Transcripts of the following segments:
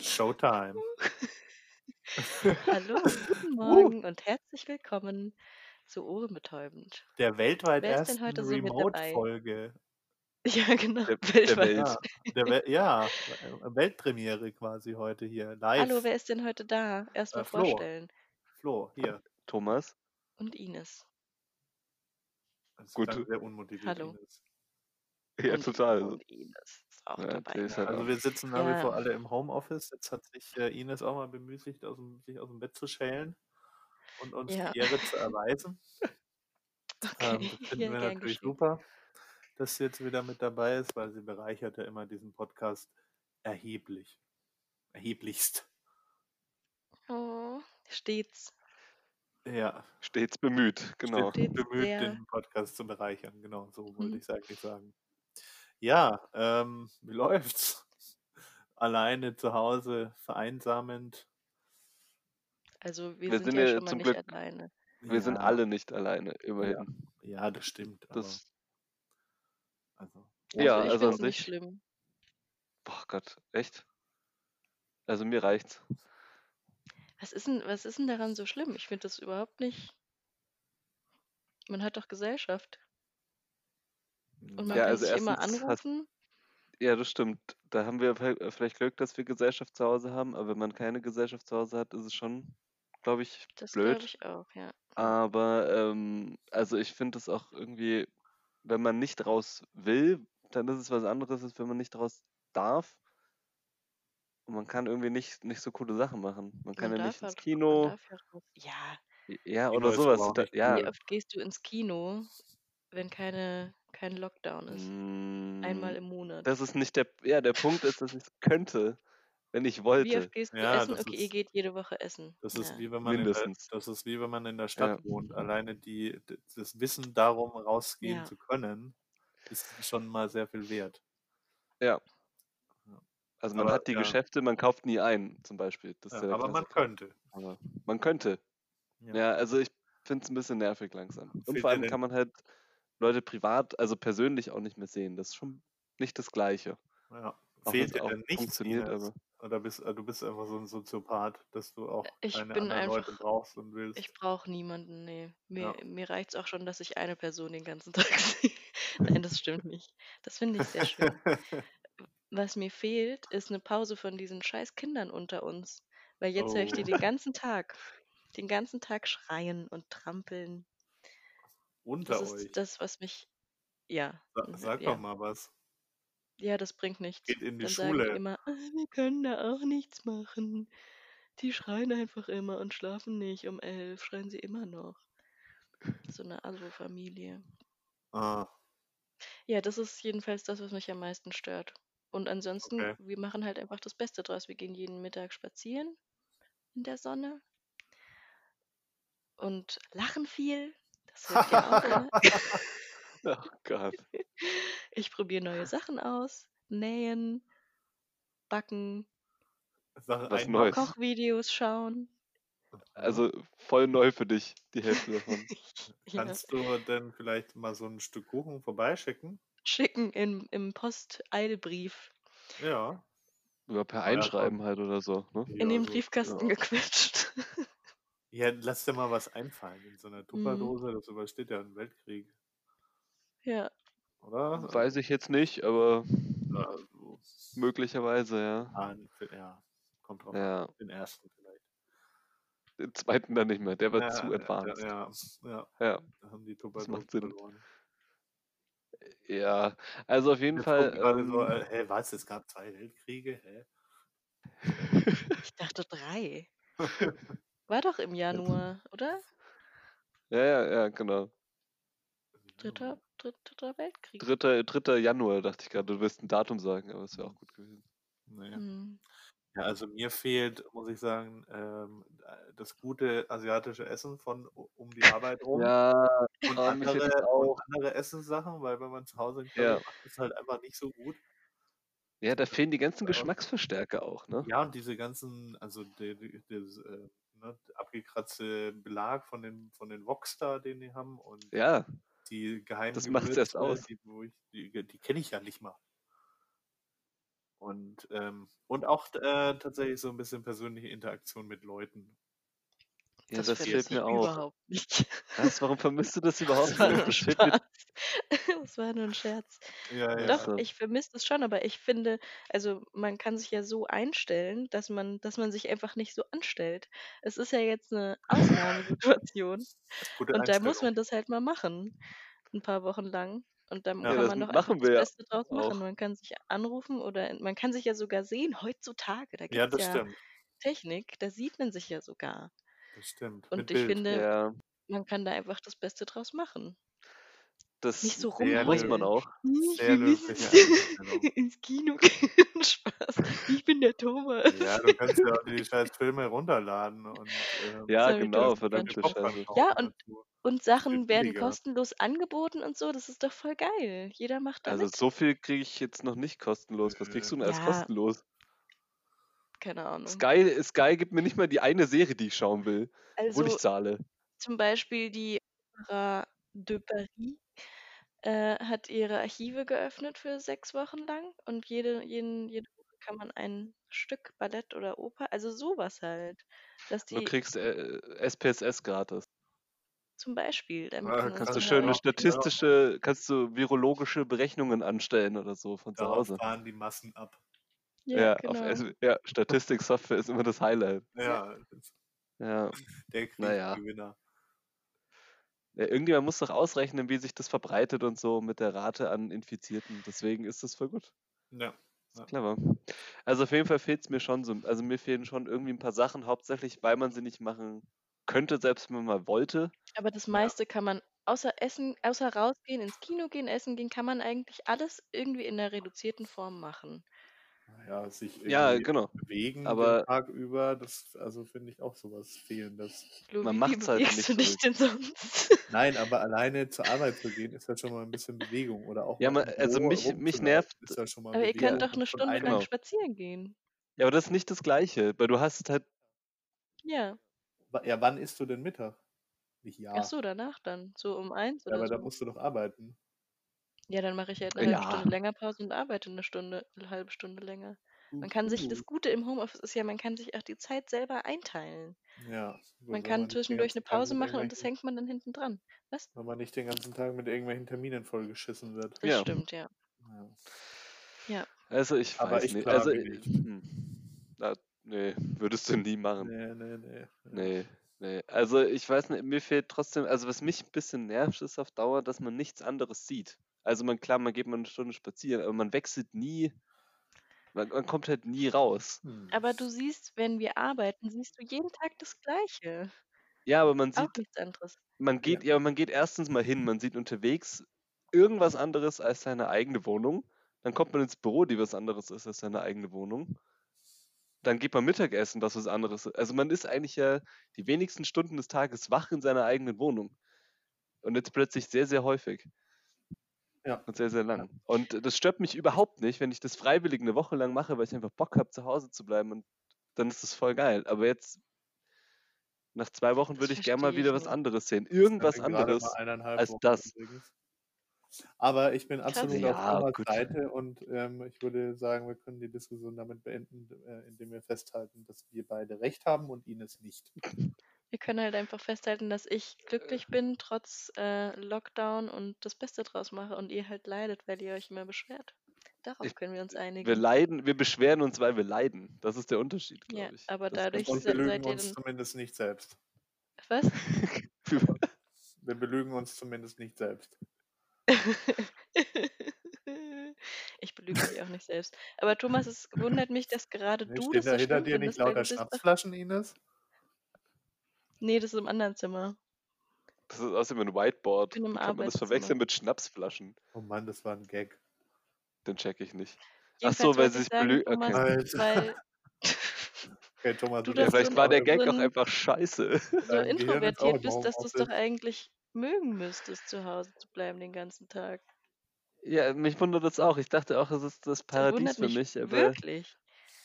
Showtime. Hallo, guten Uh. Morgen und herzlich willkommen zu ohrenbetäubend. Der weltweit Wer ist denn ersten heute so mit dabei? Remote-Folge. Ja, genau, Der, der weltweit. Welt. Ja, der Wel ja, äh, Weltpremiere quasi heute hier, Hallo, live. wer ist denn heute da? Äh, Erstmal Flo, vorstellen. Flo, hier. Thomas, Und Ines. Das gut. klang sehr unmotiviert, Hallo. Ines. Ja, Und, total. und Ines ist auch Ja, dabei. der ist halt Also auch. wir sitzen nach wie Ja, vor alle im Homeoffice. Jetzt hat sich äh, Ines auch mal bemüht, sich aus dem, sich aus dem Bett zu schälen und uns ja, die Ehre zu erweisen. Ähm, okay, das finden ja, wir gern natürlich geschehen. super, dass sie jetzt wieder mit dabei ist, weil sie bereichert ja immer diesen Podcast erheblich. Erheblichst. Oh, stets, Ja, Stets bemüht, genau. stets stets bemüht, sehr. den Podcast zu bereichern. Genau, so wollte Mhm. ich es eigentlich sagen. Ja, ähm, wie läuft's? Alleine zu Hause, vereinsamend. Also, wir Wir sind sind ja ja schon mal zum nicht Glück, alleine. wir sind Ja, alle nicht alleine, ja, immerhin. ja, das stimmt, aber Das, also Also, ja, ich also finde an es nicht sich, schlimm. boah Gott, echt? Also mir reicht's. Was ist denn, was ist denn daran so schlimm? Ich finde das überhaupt nicht. Man hat doch Gesellschaft. Und man Ja, kann also sich immer erstens hast, anrufen. ja, das stimmt. Da haben wir vi- äh, vielleicht Glück, dass wir Gesellschaft zu Hause haben, aber wenn man keine Gesellschaft zu Hause hat, ist es schon, glaube ich, Das glaube blöd. ich auch, ja. Aber ähm, also ich finde es auch irgendwie, wenn man nicht raus will, dann ist es was anderes, als wenn man nicht raus darf. Und man kann irgendwie nicht, nicht so coole Sachen machen. Man kann Man ja nicht. nicht darf ins halt, man Kino, darf ja raus. Ja, i- ja, Kino oder ist aber sowas. auch Da, nicht ja, wie cool. oft gehst du ins Kino, wenn keine, kein Lockdown ist? Einmal mm, im Monat. das ist nicht der, ja, der Punkt ist, dass ich es könnte, wenn ich Wie oft wollte, gehst du Ja, essen? das Okay, ihr ist geht jede Woche essen. Das ist Ja. wie wenn man in der, mindestens. das ist wie wenn man in der Stadt Ja, wohnt. Alleine die, d- das Wissen darum, rausgehen Ja. zu können, ist schon mal sehr viel wert. ja. Ja. Also man Aber hat die ja, Geschäfte, man kauft nie ein, zum Beispiel. Das ist ja, ja der Äh, aber man Klassiker. könnte. Aber man könnte. Ja. Ja, also ich finde es ein bisschen nervig langsam. Und Fehlt vor dir allem kann denn, man halt Leute privat, also persönlich auch nicht mehr sehen. Das ist schon nicht das Gleiche. ja, Auch wenn es fehlt dir auch denn nichts, funktioniert, aber Ines? Oder bist äh, du bist einfach so ein Soziopath, dass du auch Äh, Ich keine bin anderen Leute einfach, brauchst und ich willst? brauche niemanden, nee. Mir, Ja. mir reicht's auch schon, dass ich eine Person den ganzen Tag sehe. Nein, das stimmt nicht. Das finde ich sehr schön. Was mir fehlt, ist eine Pause von diesen scheiß Kindern unter uns. Weil jetzt höre ich die Oh, den ganzen Tag, den ganzen Tag schreien und trampeln. Das unter ist euch. das, was mich, ja, Sa- n- Sag doch ja, mal was. ja, das bringt nichts. Geht in die Dann sagen die Schule. immer, "Ah, wir können da auch nichts machen. Die schreien einfach immer und schlafen nicht. Um elf schreien sie immer noch. So eine Asro-Familie. Ah, Ja, das ist jedenfalls das, was mich am meisten stört. Und ansonsten, okay. wir machen halt einfach das Beste draus. Wir gehen jeden Mittag spazieren in der Sonne und lachen viel. Das hilft ja auch immer. oh Gott. Ich probiere neue Sachen aus. Nähen, backen, Sag Was einmal. Neues. Kochvideos schauen. Ja. Also voll neu für dich, die Hälfte davon. ja. Kannst du denn vielleicht mal so ein Stück Kuchen vorbeischicken? Schicken in, im Posteilbrief. Ja. Oder per Ah, ja, Einschreiben schon. halt oder so, ne? In Ja, den so. Briefkasten Ja. gequetscht. ja, lass dir mal was einfallen in so einer mhm. Tupperdose. Das übersteht ja einen Weltkrieg, Ja, oder? Weiß Also, ich jetzt nicht, aber ja, so. möglicherweise, ja. Ah, n- fi- ja, kommt drauf an. Ja. Den ersten vielleicht. Den zweiten dann nicht mehr, der war Ja, zu ja, advanced. ja, ja. Ja, Da haben die das Tupperdosen macht Sinn. verloren. Ja, also auf jeden Jetzt gucken Fall, gerade so, ähm, äh, hä, was? Es gab zwei Weltkriege? Hä? ich dachte drei. War doch im Januar, oder? ja, ja, ja, genau. Dritter, dritt, dritter Weltkrieg. Dritter, 3. Januar, dachte ich gerade. Du wirst ein Datum sagen, aber es wäre auch gut gewesen. Naja. Hm. Ja, also mir fehlt, muss ich sagen, ähm, äh, das gute asiatische Essen von o- um die Arbeit rum Ja, und oh, mir fehlt es andere und auch. andere Essenssachen, weil wenn man zu Hause einen Curry Ja. macht, ist halt einfach nicht so gut. ja, da fehlen die ganzen Äh, Geschmacksverstärker auch, ne? Ja, und diese ganzen, also der, die- das, äh, ne, abgekratzte Belag von den von den Wokster, da, den die haben und Ja, die das macht es erst Geheimgewürze, aus. die wo ich, die, die kenne ich ja nicht mal. Und, ähm, und auch äh, tatsächlich so ein bisschen persönliche Interaktion mit Leuten. Ja, das das fehlt vermisse ich mir auch. überhaupt nicht. Was? Warum vermisst du das überhaupt? Das war nur ein Spaß. Das Das fehlt mir war nur ein Scherz. Ja, ja. Doch, Ja. ich vermisse es schon, aber ich finde, also man kann sich ja so einstellen, dass man, dass man sich einfach nicht so anstellt. Es ist ja jetzt eine Ausnahmesituation Gute und da Einstellung. muss man das halt mal machen, ein paar Wochen lang. Und dann Ja. Ja, kann das man doch einfach machen das wir ja Beste draus machen. auch. Man kann sich anrufen oder man kann sich ja sogar sehen heutzutage. Da Ja, gibt das es ja stimmt. Technik, da sieht man sich ja sogar. Das stimmt. Mit Und ich Bild. finde, Ja, man kann da einfach das Beste draus machen. Nicht das so Sehr muss man rumheulen. löblich. auch. "Ih, Ich Sehr will löbliche mindestens Einstellung. ins Kino. Spaß. Ich bin der Thomas. Ja, du kannst ja auch die scheiß Filme runterladen und ähm, Ja, Sorry, genau, Thomas, dürfen das war ein dann verdammte Spaß. Popcorn Scheiße. Ja, kaufen und, dazu. und Das wird Sachen werden billiger. kostenlos angeboten und so. Das ist doch voll geil. Jeder macht da Also mit. so viel kriege ich jetzt noch nicht kostenlos. Was Nö. kriegst du denn alles Ja, kostenlos? keine Ahnung. Sky, Sky gibt mir nicht mal die eine Serie, die ich schauen will, obwohl ich Also zahle. zum Beispiel die Opera de Paris äh, hat ihre Archive geöffnet für sechs Wochen lang und jede, jeden, jede Woche kann man ein Stück Ballett oder Oper, also sowas halt, dass Du die kriegst äh, SPSS gratis. zum Beispiel, damit Ah, kann man krass, Kannst sich du dann halt ja, schön auch eine ja. statistische, kannst du virologische Berechnungen anstellen oder so von zu Da Hause. fahren die Massen ab. Ja, Ja, auf genau. S ja, Statistiksoftware ist immer das Highlight. Ja. Ja, das- Ja, der naja. Krisengewinner. Ja, irgendjemand muss doch ausrechnen, wie sich das verbreitet und so mit der Rate an Infizierten. Deswegen ist das voll gut. Ja. Das ist ja. clever. Also auf jeden Fall fehlt es mir schon so. Also mir fehlen schon irgendwie ein paar Sachen, hauptsächlich weil man sie nicht machen könnte, selbst wenn man mal wollte. Aber das ja. meiste kann man außer Essen, außer rausgehen, ins Kino gehen, essen gehen, kann man eigentlich alles irgendwie in der reduzierten Form machen. Ja, sich Ja, irgendwie genau. bewegen den Aber Tag über, das also finde ich auch sowas fehlendes. Flo, man wie viel macht es halt bewegst du nicht dich wirklich. denn sonst? Nein, aber alleine zur Arbeit zu gehen, ist ja schon mal ein bisschen Bewegung. Oder auch Ja, mal ma- im also Büro mich, mich rumzulaufen, nervt, ist ja schon mal Aber ihr ja, Bewegung könnt doch eine und von Stunde lang einem. genau. spazieren gehen. Ja, aber das ist nicht das Gleiche, weil du hast halt, Ja. Wa- Ja, wann isst du denn Mittag? Nicht Ach ja. so, danach dann. So um eins Ja, oder aber da so. musst du doch arbeiten. Ja, dann mache ich halt eine halbe ja, Stunde länger Pause und arbeite eine Stunde, eine halbe Stunde länger. Man kann sich, Uh. Hm, Uhu. das Gute im Homeoffice ist ja, man kann sich auch die Zeit selber einteilen. Ja, Man gut, wenn kann man nicht den zwischendurch eine ganzen Tag Pause mit machen und das irgendwelchen, hängt man dann hinten dran. Was? wenn man nicht den ganzen Tag mit irgendwelchen Terminen vollgeschissen wird. Das ja. stimmt, ja. Ja. Ja. Also ich Aber weiß ich nicht. Also, plane äh, nicht. hm. Na, nee, würdest du nie machen. Nee, nee, nee. Ja. Nee, nee. Also ich weiß nicht, mir fehlt trotzdem, also was mich ein bisschen nervt, ist auf Dauer, dass man nichts anderes sieht. Also man, klar, man geht mal eine Stunde spazieren, aber man wechselt nie, man, man kommt halt nie raus. Hm. Aber du siehst, wenn wir arbeiten, siehst du jeden Tag das Gleiche. Ja, aber man Auch sieht, nichts anderes. man Ja. geht, ja, man geht erstens mal hin, man sieht unterwegs irgendwas anderes als seine eigene Wohnung. Dann kommt man ins Büro, die was anderes ist als seine eigene Wohnung. Dann geht man Mittagessen, was was anderes ist. Also man ist eigentlich ja die wenigsten Stunden des Tages wach in seiner eigenen Wohnung. Und jetzt plötzlich sehr, sehr häufig. Ja. Und sehr, sehr ja. lang. Und äh, das stört mich überhaupt nicht, wenn ich das freiwillig eine Woche lang mache, weil ich einfach Bock habe, zu Hause zu bleiben. Und dann ist das voll geil. Aber jetzt, nach zwei Wochen, Das würde ich gerne mal verstehe ich wieder was nicht. anderes sehen. Das Irgendwas hatte gerade mal anderes eineinhalb als Wochen das. übrigens. Aber ich bin Krass. absolut auf Ja, Thomas gut. Seite und ähm, ich würde sagen, wir können die Diskussion damit beenden, äh, indem wir festhalten, dass wir beide recht haben und ihn es nicht. Wir können halt einfach festhalten, dass ich Äh, glücklich bin, trotz äh, Lockdown und das Beste draus mache und ihr halt leidet, weil ihr euch immer beschwert. Darauf Ich, können wir uns wir einigen. leiden, wir beschweren uns, weil wir leiden. Das ist der Unterschied, Ja, glaube ich. aber Dass man dadurch Und wir se- trotzdem. lügen seid ihr uns dann. zumindest nicht selbst. Was? Wir belügen uns zumindest nicht selbst. Ich belüge mich auch nicht selbst. Aber Thomas, es wundert mich, dass gerade Nee, du stehen das da so hinter schlimm dir nicht findest, weil lauter du bist doch. Schnapsflaschen, Ines? Nee, das ist im anderen Zimmer. Das ist außerdem ein Ich Whiteboard. bin im Wie kann man das Arbeitszimmer. verwechseln mit Schnapsflaschen? Oh Mann, das war ein Gag. Den checke ich nicht. Ach so, Jedenfalls weil wollte sie ich sich sagen, belügen. Okay. Thomas, Alter. weil Okay, Thomas, du du Ja, darfst doch so, jetzt vielleicht ein, war auch der im Gag so, auch ein, einfach scheiße. so Dein Gehirn ist auch introvertiert im bist, dass du es doch Homeoffice. eigentlich mögen müsstest, zu Hause zu bleiben den ganzen Tag. Ja, mich wundert das auch. Ich dachte auch, es ist das Das Paradies wundert für mich mich, aber, wirklich.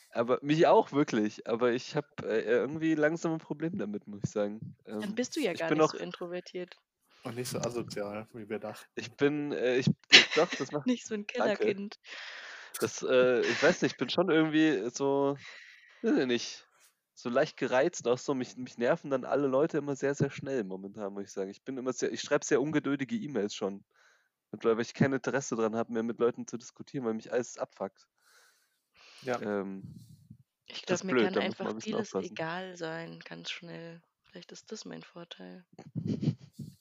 aber mich auch wirklich. Aber ich habe äh, irgendwie langsam ein Problem damit, muss ich sagen. Dann Ähm, bist du ja ich gar bin nicht so noch, introvertiert. Und nicht so asozial, wie wir dachten. ich bin, äh, ich, d- doch, das macht, Nicht so ein danke. Kellerkind. Das, äh, ich weiß nicht, ich bin schon irgendwie so, weiß ich nicht, so leicht gereizt und auch so. Mich, mich nerven dann alle Leute immer sehr, sehr schnell momentan, muss ich sagen. Ich bin immer sehr, ich schreibe sehr ungeduldige E-Mails schon. Und weil ich kein Interesse daran habe, mehr mit Leuten zu diskutieren, weil mich alles abfuckt. Ja. Ähm, Ich Das glaube, ist mir blöd, kann da muss man einfach ein bisschen vieles aufpassen. egal sein, ganz schnell. Vielleicht ist das mein Vorteil.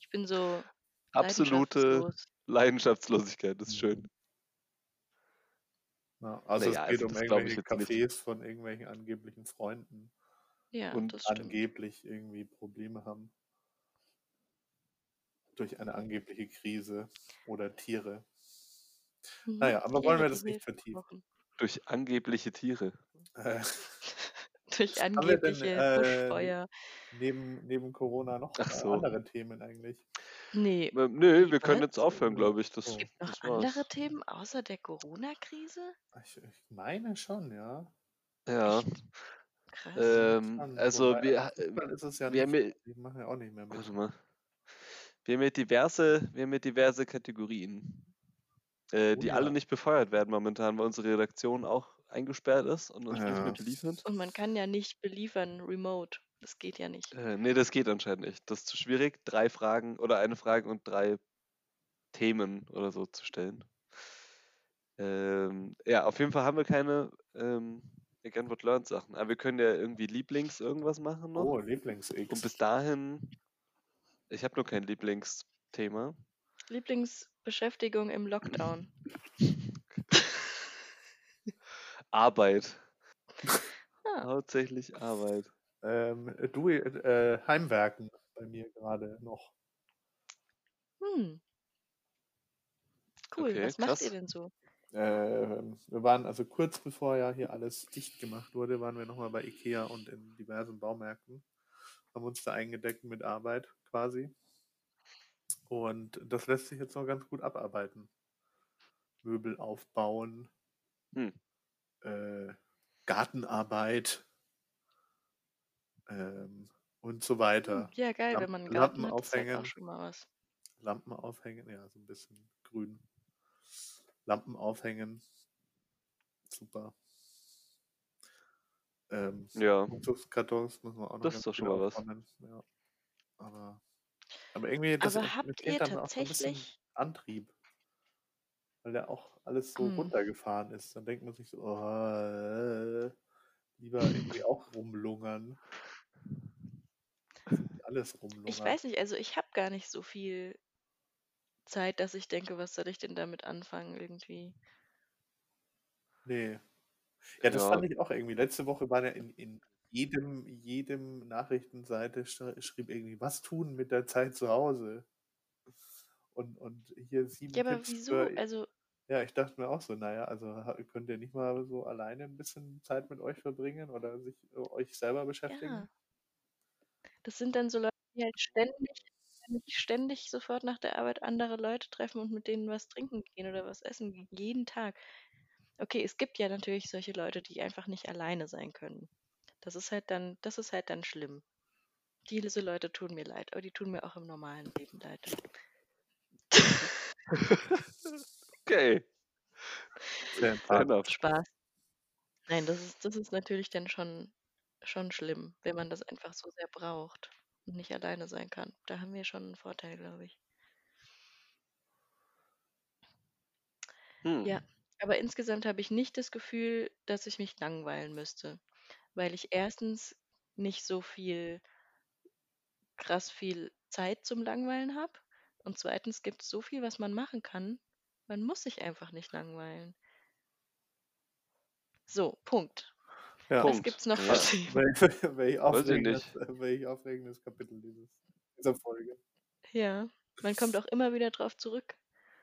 Ich bin so absolute leidenschaftslos. Leidenschaftslosigkeit ist schön. Ja, also Naja, es also geht um das glaub ich irgendwelche jetzt nicht. Cafés von irgendwelchen angeblichen Freunden, Ja, Und das die stimmt. angeblich irgendwie Probleme haben durch eine angebliche Krise oder Tiere. Mhm. Naja, aber wollen Ja, wir die das nicht Hilfe vertiefen. brauchen. Durch angebliche Tiere. Äh, Durch haben wir denn angebliche äh, Buschfeuer. neben, neben Corona noch Ach äh, so. andere Themen eigentlich? Nee, Ähm, Nö, Wie wir können was? jetzt aufhören, Oder? glaube ich. Das, es Oh, gibt noch das andere war's. Themen außer der Corona-Krise? ich, ich meine schon, ja. Ja. Echt krass. Äh. Ähm, Schon, also wobei, wir, also ha- äh, Fußball ist es ja wir haben nicht. ja, Also Die machen ja auch nicht mehr mit. warte mal. Wir haben ja diverse, wir haben ja diverse Kategorien, äh, Oh die alle ja. nicht befeuert werden momentan, weil unsere Redaktion auch eingesperrt ist und uns nicht mehr Ja. beliefert. Und man kann ja nicht beliefern remote. Das geht ja nicht. Äh, nee, das geht anscheinend nicht. Das ist zu schwierig, drei Fragen oder eine Frage und drei Themen oder so zu stellen. Ähm, ja, auf jeden Fall haben wir keine ähm, Again What Learned Sachen. Aber wir können ja irgendwie Lieblings irgendwas machen noch. Oh, Lieblings-X. Und bis dahin, ich habe nur kein Lieblingsthema. Lieblingsbeschäftigung im Lockdown. Arbeit. Ah, Hauptsächlich Arbeit. Ähm, du, äh, Heimwerken bei mir gerade noch. hm, cool. Okay, Was macht ihr krass. denn so? Ähm, wir waren also kurz bevor ja hier alles dicht gemacht wurde, waren wir nochmal bei Ikea und in diversen Baumärkten. Haben uns da eingedeckt mit Arbeit quasi. Und das lässt sich jetzt noch ganz gut abarbeiten. Möbel aufbauen, Hm. äh, Gartenarbeit ähm, und so weiter. Hm, ja, geil, wenn Lamp man einen Garten Lampen hat, ist halt auch aufhängen, schon mal was. Lampen aufhängen, ja, so ein bisschen grün. Lampen aufhängen, super. Ähm, Ja, Umzugskartons müssen wir auch noch das ist ganz doch schon viel mal was. aufräumen. Ja. Aber, aber irgendwie, das Aber es- mir habt fehlt ihr dann auch so ein bisschen tatsächlich. Antrieb, weil ja auch alles so Hm. runtergefahren ist. Dann denkt man sich so, oh, äh, lieber irgendwie auch rumlungern, alles Ich rumlungern. weiß nicht, also ich habe gar nicht so viel Zeit, dass ich denke, was soll ich denn damit anfangen irgendwie? Nee. Ja, das Ja, fand ich auch irgendwie. Letzte Woche war ja in, in jedem, jedem Nachrichtenseite sch- schrieb irgendwie, was tun mit der Zeit zu Hause? Und, und hier Ja, sieben aber Tipps wieso? für. Also, Ja, ich dachte mir auch so, naja, also ha- könnt ihr nicht mal so alleine ein bisschen Zeit mit euch verbringen oder sich äh, euch selber beschäftigen? ja. Das sind dann so Leute, die halt ständig, nicht ständig sofort nach der Arbeit andere Leute treffen und mit denen was trinken gehen oder was essen gehen. Jeden Tag. Okay, es gibt ja natürlich solche Leute, die einfach nicht alleine sein können. Das ist halt dann, das ist halt dann schlimm. Diese Leute tun mir leid, aber die tun mir auch im normalen Leben leid. okay. Sehr empathisch. Fair enough. Spaß. Nein, das ist, das ist natürlich dann schon, schon schlimm, wenn man das einfach so sehr braucht und nicht alleine sein kann. Da haben wir schon einen Vorteil, glaube ich. Hm. Ja, aber insgesamt habe ich nicht das Gefühl, dass ich mich langweilen müsste, weil ich erstens nicht so viel, krass viel Zeit zum Langweilen habe und zweitens gibt es so viel, was man machen kann. Man muss sich einfach nicht langweilen. So, Punkt. Ja. Was Punkt. gibt's noch für Ja, Themen? Welch, welch, weiß ich aufregendes, nicht. welch aufregendes Kapitel dieses, dieser Folge. Ja, man kommt auch immer wieder drauf zurück,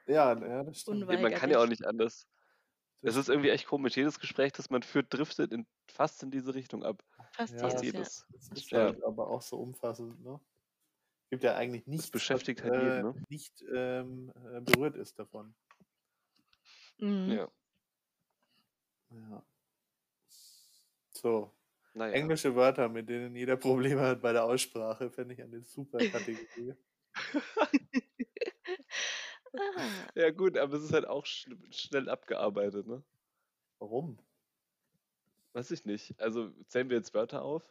Ja, ja, das stimmt. Ja, man kann ja auch unweigerlich. nicht anders. Das Es ist stimmt. irgendwie echt komisch. Jedes Gespräch, das man führt, driftet in, fast in diese Richtung ab. Fast Ja, jedes, Fast ja. jedes. es Das ist Ja, halt stimmt. aber auch so umfassend, ne? gibt ja eigentlich es nichts, was beschäftigt halt jeden, äh, ne? nicht ähm, äh, berührt ist davon. Mhm. Ja, Ja. So, naja. englische Wörter, mit denen jeder Probleme hat bei der Aussprache, fände ich eine super Kategorie. Ah, Ja, gut, aber es ist halt auch schl- schnell abgearbeitet, ne? Warum? Weiß ich nicht. Also zählen wir jetzt Wörter auf?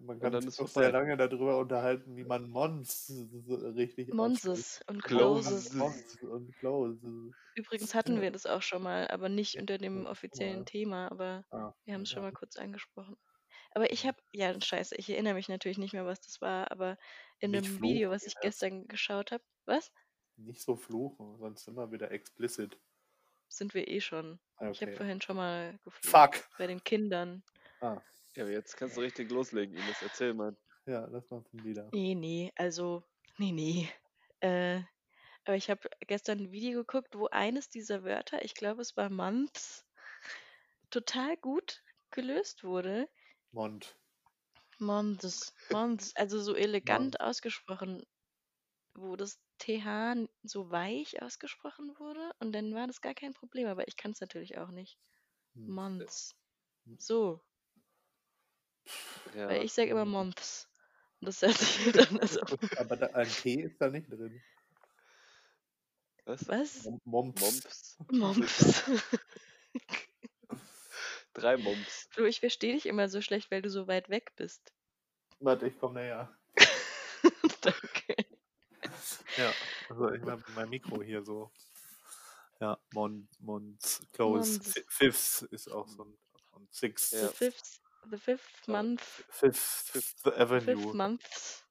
Man kann dann sich ist halt auch vorbei. sehr lange darüber unterhalten, wie man Mons richtig ausspricht. Monses und Closes. Closes. Mons und Closes. Übrigens hatten wir das auch schon mal, aber nicht unter dem offiziellen ja. Thema, aber Ah, wir haben es schon Oh, ja. mal kurz angesprochen. Aber ich habe, ja, scheiße, ich erinnere mich natürlich nicht mehr, was das war, aber in Nicht dem fluchen, Video, was ich ja. gestern geschaut habe, was? Nicht so fluchen, sonst sind wir wieder explicit. Sind wir eh schon. Ah, Ich habe Okay. vorhin schon mal geflucht. Fuck! Ah. Bei den Kindern. Ja, aber jetzt kannst du richtig loslegen, Ines. Erzähl mal. Ja, das macht ein Lieder. Nee, nee, also, nee, nee. Äh, aber ich habe gestern ein Video geguckt, wo eines dieser Wörter, ich glaube, es war Months, total gut gelöst wurde. Mond. Mondes, Mondes, also so elegant ausgesprochen, wo das TH n- so weich ausgesprochen wurde und dann war das gar kein Problem, aber ich kann es natürlich auch nicht. Hm. Months. So, Ja. weil ich sage immer Months. Und das hört sich halt anders an. Aber da, ein T ist da nicht drin. Was? Was? Mom- Momps. Momps. Momps. Drei Momps. Flo, ich verstehe dich immer so schlecht, weil du so weit weg bist. Warte, ich komme näher. Danke. Ja, also ich mein, mein Mikro hier so. Ja, Mond, Mond, Close. Mons. Fi- Fifth ist auch so ein und Sixth. The Ja. fifth, the fifth Ja. month, Fifth, Fifth fifth Avenue. months.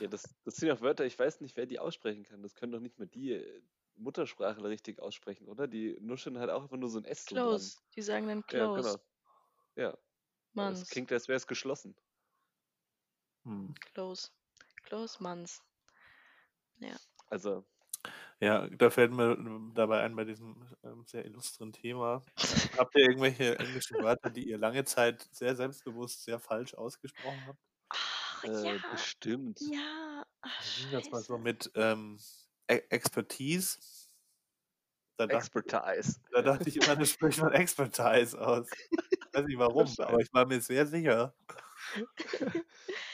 Ja, das, das sind auch Wörter, ich weiß nicht, wer die aussprechen kann. Das können doch nicht mal die äh, Muttersprachler richtig aussprechen, oder? Die nuscheln halt auch einfach nur so ein S so dran. Close. Die sagen dann Ja, close. genau. Ja, das Months. klingt, als wäre es geschlossen. Hm. Close. Close Months. Also, Ja, da fällt mir ähm, dabei ein bei diesem ähm, sehr illustren Thema. Habt ihr irgendwelche englischen Wörter, die ihr lange Zeit sehr selbstbewusst, sehr falsch ausgesprochen habt? Ach äh, ja. bestimmt. Ja. Ach, Versuchen wir Das mal so scheiße. mit ähm, E- Expertise. Da dachte, Expertise. da dachte ich immer, das spricht man Expertise aus. Weiß nicht warum, Scheiße. aber ich war mir sehr sicher.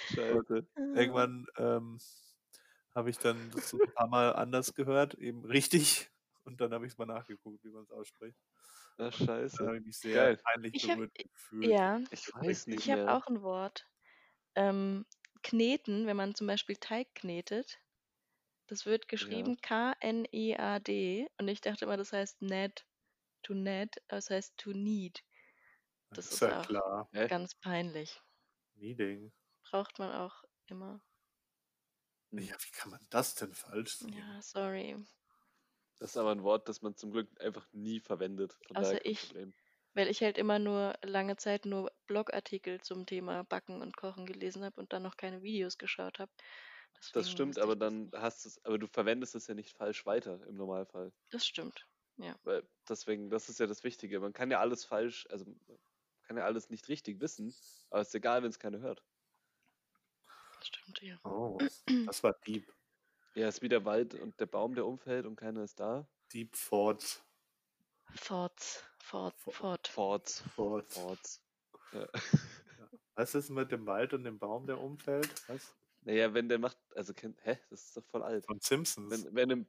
Scheiße. Irgendwann ähm, habe ich dann das so ein paar Mal anders gehört, eben richtig. Und dann habe ich es mal nachgeguckt, wie man es ausspricht. Ach, Da scheiße. habe ich mich sehr Geil. peinlich Ich hab- berührt gefühlt. Ja, Ich weiß nicht ich habe mehr. auch ein Wort. Ähm, kneten, wenn man zum Beispiel Teig knetet. Das wird geschrieben K-N-E-A-D. Und ich dachte immer, das heißt net. To net, aber es heißt to need. Das ist ja auch klar. Hä? ganz peinlich. Meeting. Braucht man auch immer. Ja, wie kann man das denn falsch sehen? Hm. Ja, sorry. Das ist aber ein Wort, das man zum Glück einfach nie verwendet. Von Außer daher kein ich. Problem. Weil ich halt immer nur lange Zeit nur Blogartikel zum Thema Backen und Kochen gelesen habe und dann noch keine Videos geschaut habe. Das stimmt, aber dann hast du es, aber du verwendest es ja nicht falsch weiter im Normalfall. Das stimmt. Weil deswegen, das ist ja das Wichtige. Man kann ja alles falsch, also man kann ja alles nicht richtig Hm? wissen, aber ist egal, wenn es keiner hört. Das stimmt, ja. Oh, das war Deep. Ja, ist wie der Wald und der Baum, der umfällt und keiner ist da. Deep Thoughts. Forts, fort, Fo- fort. Forts. Thoughts. Forts. Was ist mit dem Wald und dem Baum, der umfällt? Was? Naja, wenn der macht, also kennt, hä, das ist doch voll alt. Von Simpsons. Wenn, wenn im,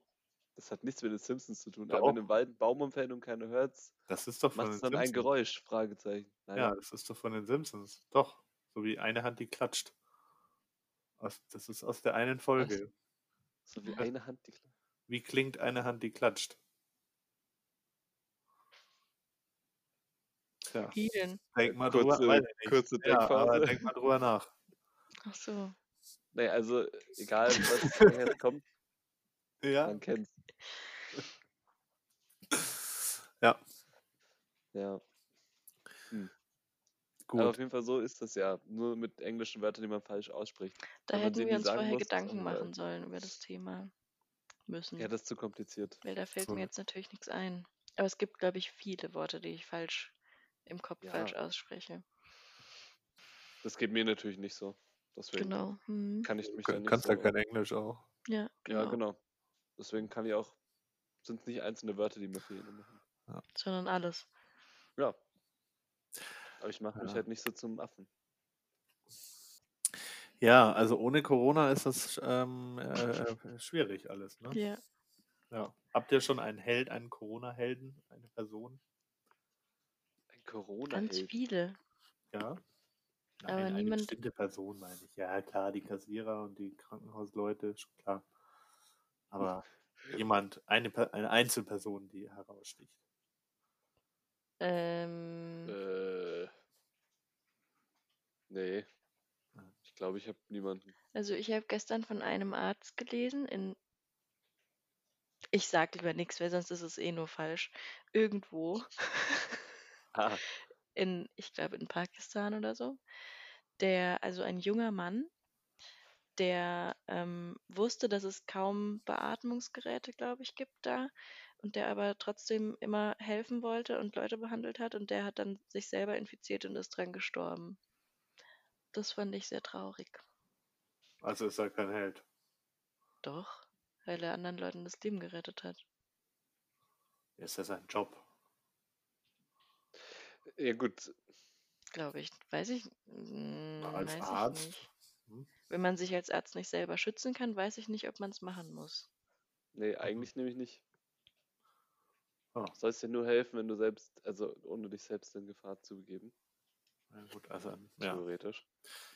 das hat nichts mit den Simpsons zu tun, Doch. aber wenn im Wald ein Baum umfällt und keiner hört's, das ist doch von macht es den dann Simpsons. ein Geräusch? Fragezeichen. Nein, Ja, das ist doch von den Simpsons. Doch. So wie eine Hand, die klatscht. Aus, das ist aus der einen Folge. So wie Ja. eine Hand, die Wie klingt eine Hand, die klatscht? Tja, Vielen. denk mal Kurze- drüber. weiß ich nicht. kurze ja, aber Denkphase. denk mal drüber nach. Ach so. Nee, also egal, was woher es kommt, Ja. man kennt's. Ja, Ja. Aber auf gut. jeden Fall so ist das ja. Nur mit englischen Wörtern, die man falsch ausspricht. Da Wenn man hätten sehen, wir die uns sagen vorher muss, ist Gedanken egal. machen sollen über das Thema. Müssen. Ja, das ne ist zu kompliziert. Weil da fällt So. mir jetzt natürlich nichts ein. Aber es gibt, glaube ich, viele Worte, die ich falsch im Kopf Ja. falsch ausspreche. Das geht mir natürlich nicht so. Deswegen Genau. Hm. kann ich mich da Du nicht kannst so. ja kein Englisch auch. Ja, genau. ja, genau. Deswegen kann ich auch, sind es nicht einzelne Wörter, die mir fehlen. immer. Sondern alles. Ja. Aber ich mache mich Ja. halt nicht so zum Affen. Ja, also ohne Corona ist das ähm, äh, schwierig alles. Ne? Ja. Ja. Habt ihr schon einen Held, einen Corona-Helden, eine Person? Corona Ganz hält. viele. Ja. Nein, Aber eine niemand- bestimmte Person meine ich. Ja, klar, die Kassierer und die Krankenhausleute, schon klar. Aber jemand, eine, Per- eine Einzelperson, die heraussticht. Ähm, Äh, nee. Ich glaube, ich habe niemanden. Also ich habe gestern von einem Arzt gelesen in ich sag lieber nichts, weil sonst ist es eh nur falsch. Irgendwo Ah, in ich glaube in Pakistan oder so, der also ein junger Mann, der ähm, wusste, dass es kaum Beatmungsgeräte, glaube ich, gibt da und der aber trotzdem immer helfen wollte und Leute behandelt hat und der hat dann sich selber infiziert und ist dran gestorben. Das fand ich sehr traurig. Also ist er kein Held. Doch, weil er anderen Leuten das Leben gerettet hat. Ist das ein Job? ja gut, Glaube ich. Weiß ich. mm, als weiß Arzt? Ich nicht. Hm? Wenn man sich als Arzt nicht selber schützen kann, weiß ich nicht, ob man es machen muss. nee, eigentlich nämlich nicht. Ah. Du sollst dir nur helfen, wenn du selbst, also ohne dich selbst in Gefahr zu begeben, Na gut, also, ja. Mhm. theoretisch.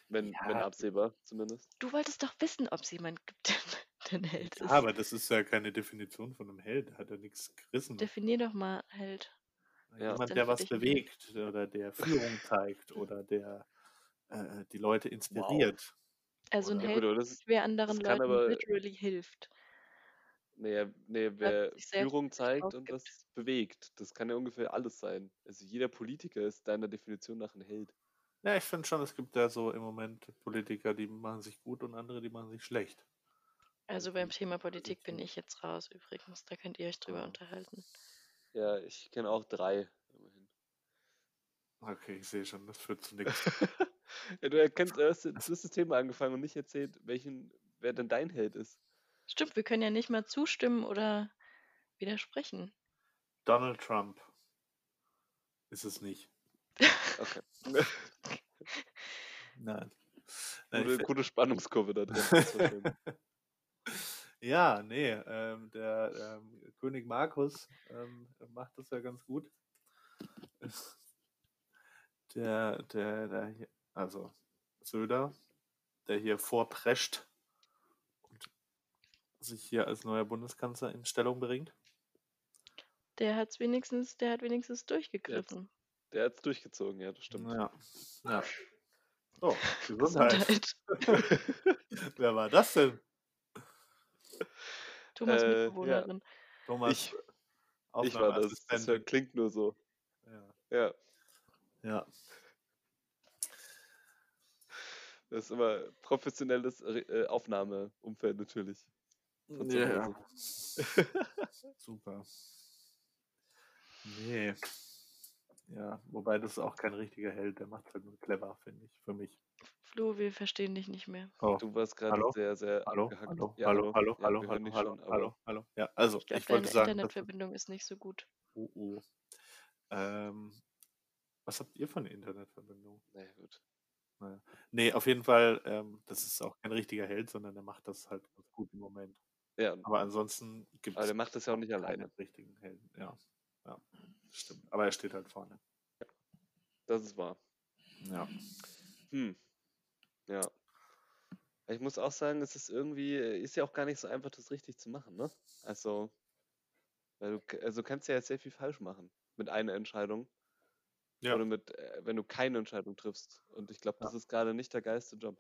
Wenn, wenn Ja. absehbar zumindest. Du wolltest doch wissen, ob es jemand gibt, der ein Held ja, ist. aber das ist ja keine Definition von einem Held. Hat er nichts gerissen. Definier doch mal Held. Ja. Jemand, Dann der was für dich ein bewegt oder der Führung zeigt oder der äh, die Leute inspiriert. Also ein Oder- Ja, Held, Oh, gut, aber das ist, wer anderen das kann Leuten aber- literally hilft. nee, nee, wer sich selbst Führung zeigt aufgibt. und was bewegt, das kann ja ungefähr alles sein. Also jeder Politiker ist deiner Definition nach ein Held. Ja, ich finde schon, es gibt da so im Moment Politiker, die machen sich gut und andere, die machen sich schlecht. Also Mhm, beim Thema Politik bin Definition. ich jetzt raus übrigens. Da könnt ihr euch drüber Ah. unterhalten. Ja, ich kenne auch drei. immerhin. Okay, ich sehe schon, das führt zu nichts. ja, du erkennst erst das ist das Thema angefangen und nicht erzählt, welchen, wer denn dein Held ist. Stimmt, wir können ja nicht mal zustimmen oder widersprechen. Donald Trump ist es nicht. Okay. Nein. Nein ich Gute, gute Spannungskurve da drin. das war schön. Ja, nee, ähm, der ähm, König Markus ähm, macht das ja ganz gut. Der, der, der hier, also Söder, der hier vorprescht und sich hier als neuer Bundeskanzler in Stellung bringt. Der hat's wenigstens, der hat wenigstens durchgegriffen. Der hat's durchgezogen, ja, das stimmt. Ja. ja. So, Gesundheit. Gesundheit. Wer war das denn? Thomas Äh, ja. Mitbewohnerin. Thomas, Ich- ich war das. Das Aufnahmeassistent. klingt nur so. Ja. Ja, ja. das ist immer professionelles äh, Aufnahmeumfeld natürlich. Von zu Ja. Hause. Super. Nee. Ja, wobei das ist auch kein richtiger Held, der macht halt nur clever, finde ich, für mich. Flo, wir verstehen dich nicht mehr. Oh. Du warst gerade Hallo? sehr, sehr Hallo, abgehackt. hallo, Ja, hallo, hallo, Ja, hallo, wir hören hallo, dich hallo, schon, aber- hallo, hallo. Ja, also Ich ich, glaube, deine wollte sagen, das ist, Internetverbindung ist nicht so gut. oh, oh. Ähm, was habt ihr von Internetverbindung? Na ja, gut. Nee, auf jeden Fall, ähm, das ist auch kein richtiger Held, sondern der macht das halt ganz gut im Moment. Ja, Aber ansonsten gibt aber es der macht das ja auch nicht alleine. keinen richtigen Helden. Ja, ja, stimmt. Aber er steht halt vorne. Das ist wahr. Ja. Hm. Ja. Ich muss auch sagen, es ist irgendwie, äh, ist ja auch gar nicht so einfach, das richtig zu machen, ne? Also, weil du, k- also kannst ja jetzt sehr viel falsch machen mit einer Entscheidung. Ja. Oder mit, äh, wenn du keine Entscheidung triffst. Und ich glaube, Ja. das ist gerade nicht der geilste Job.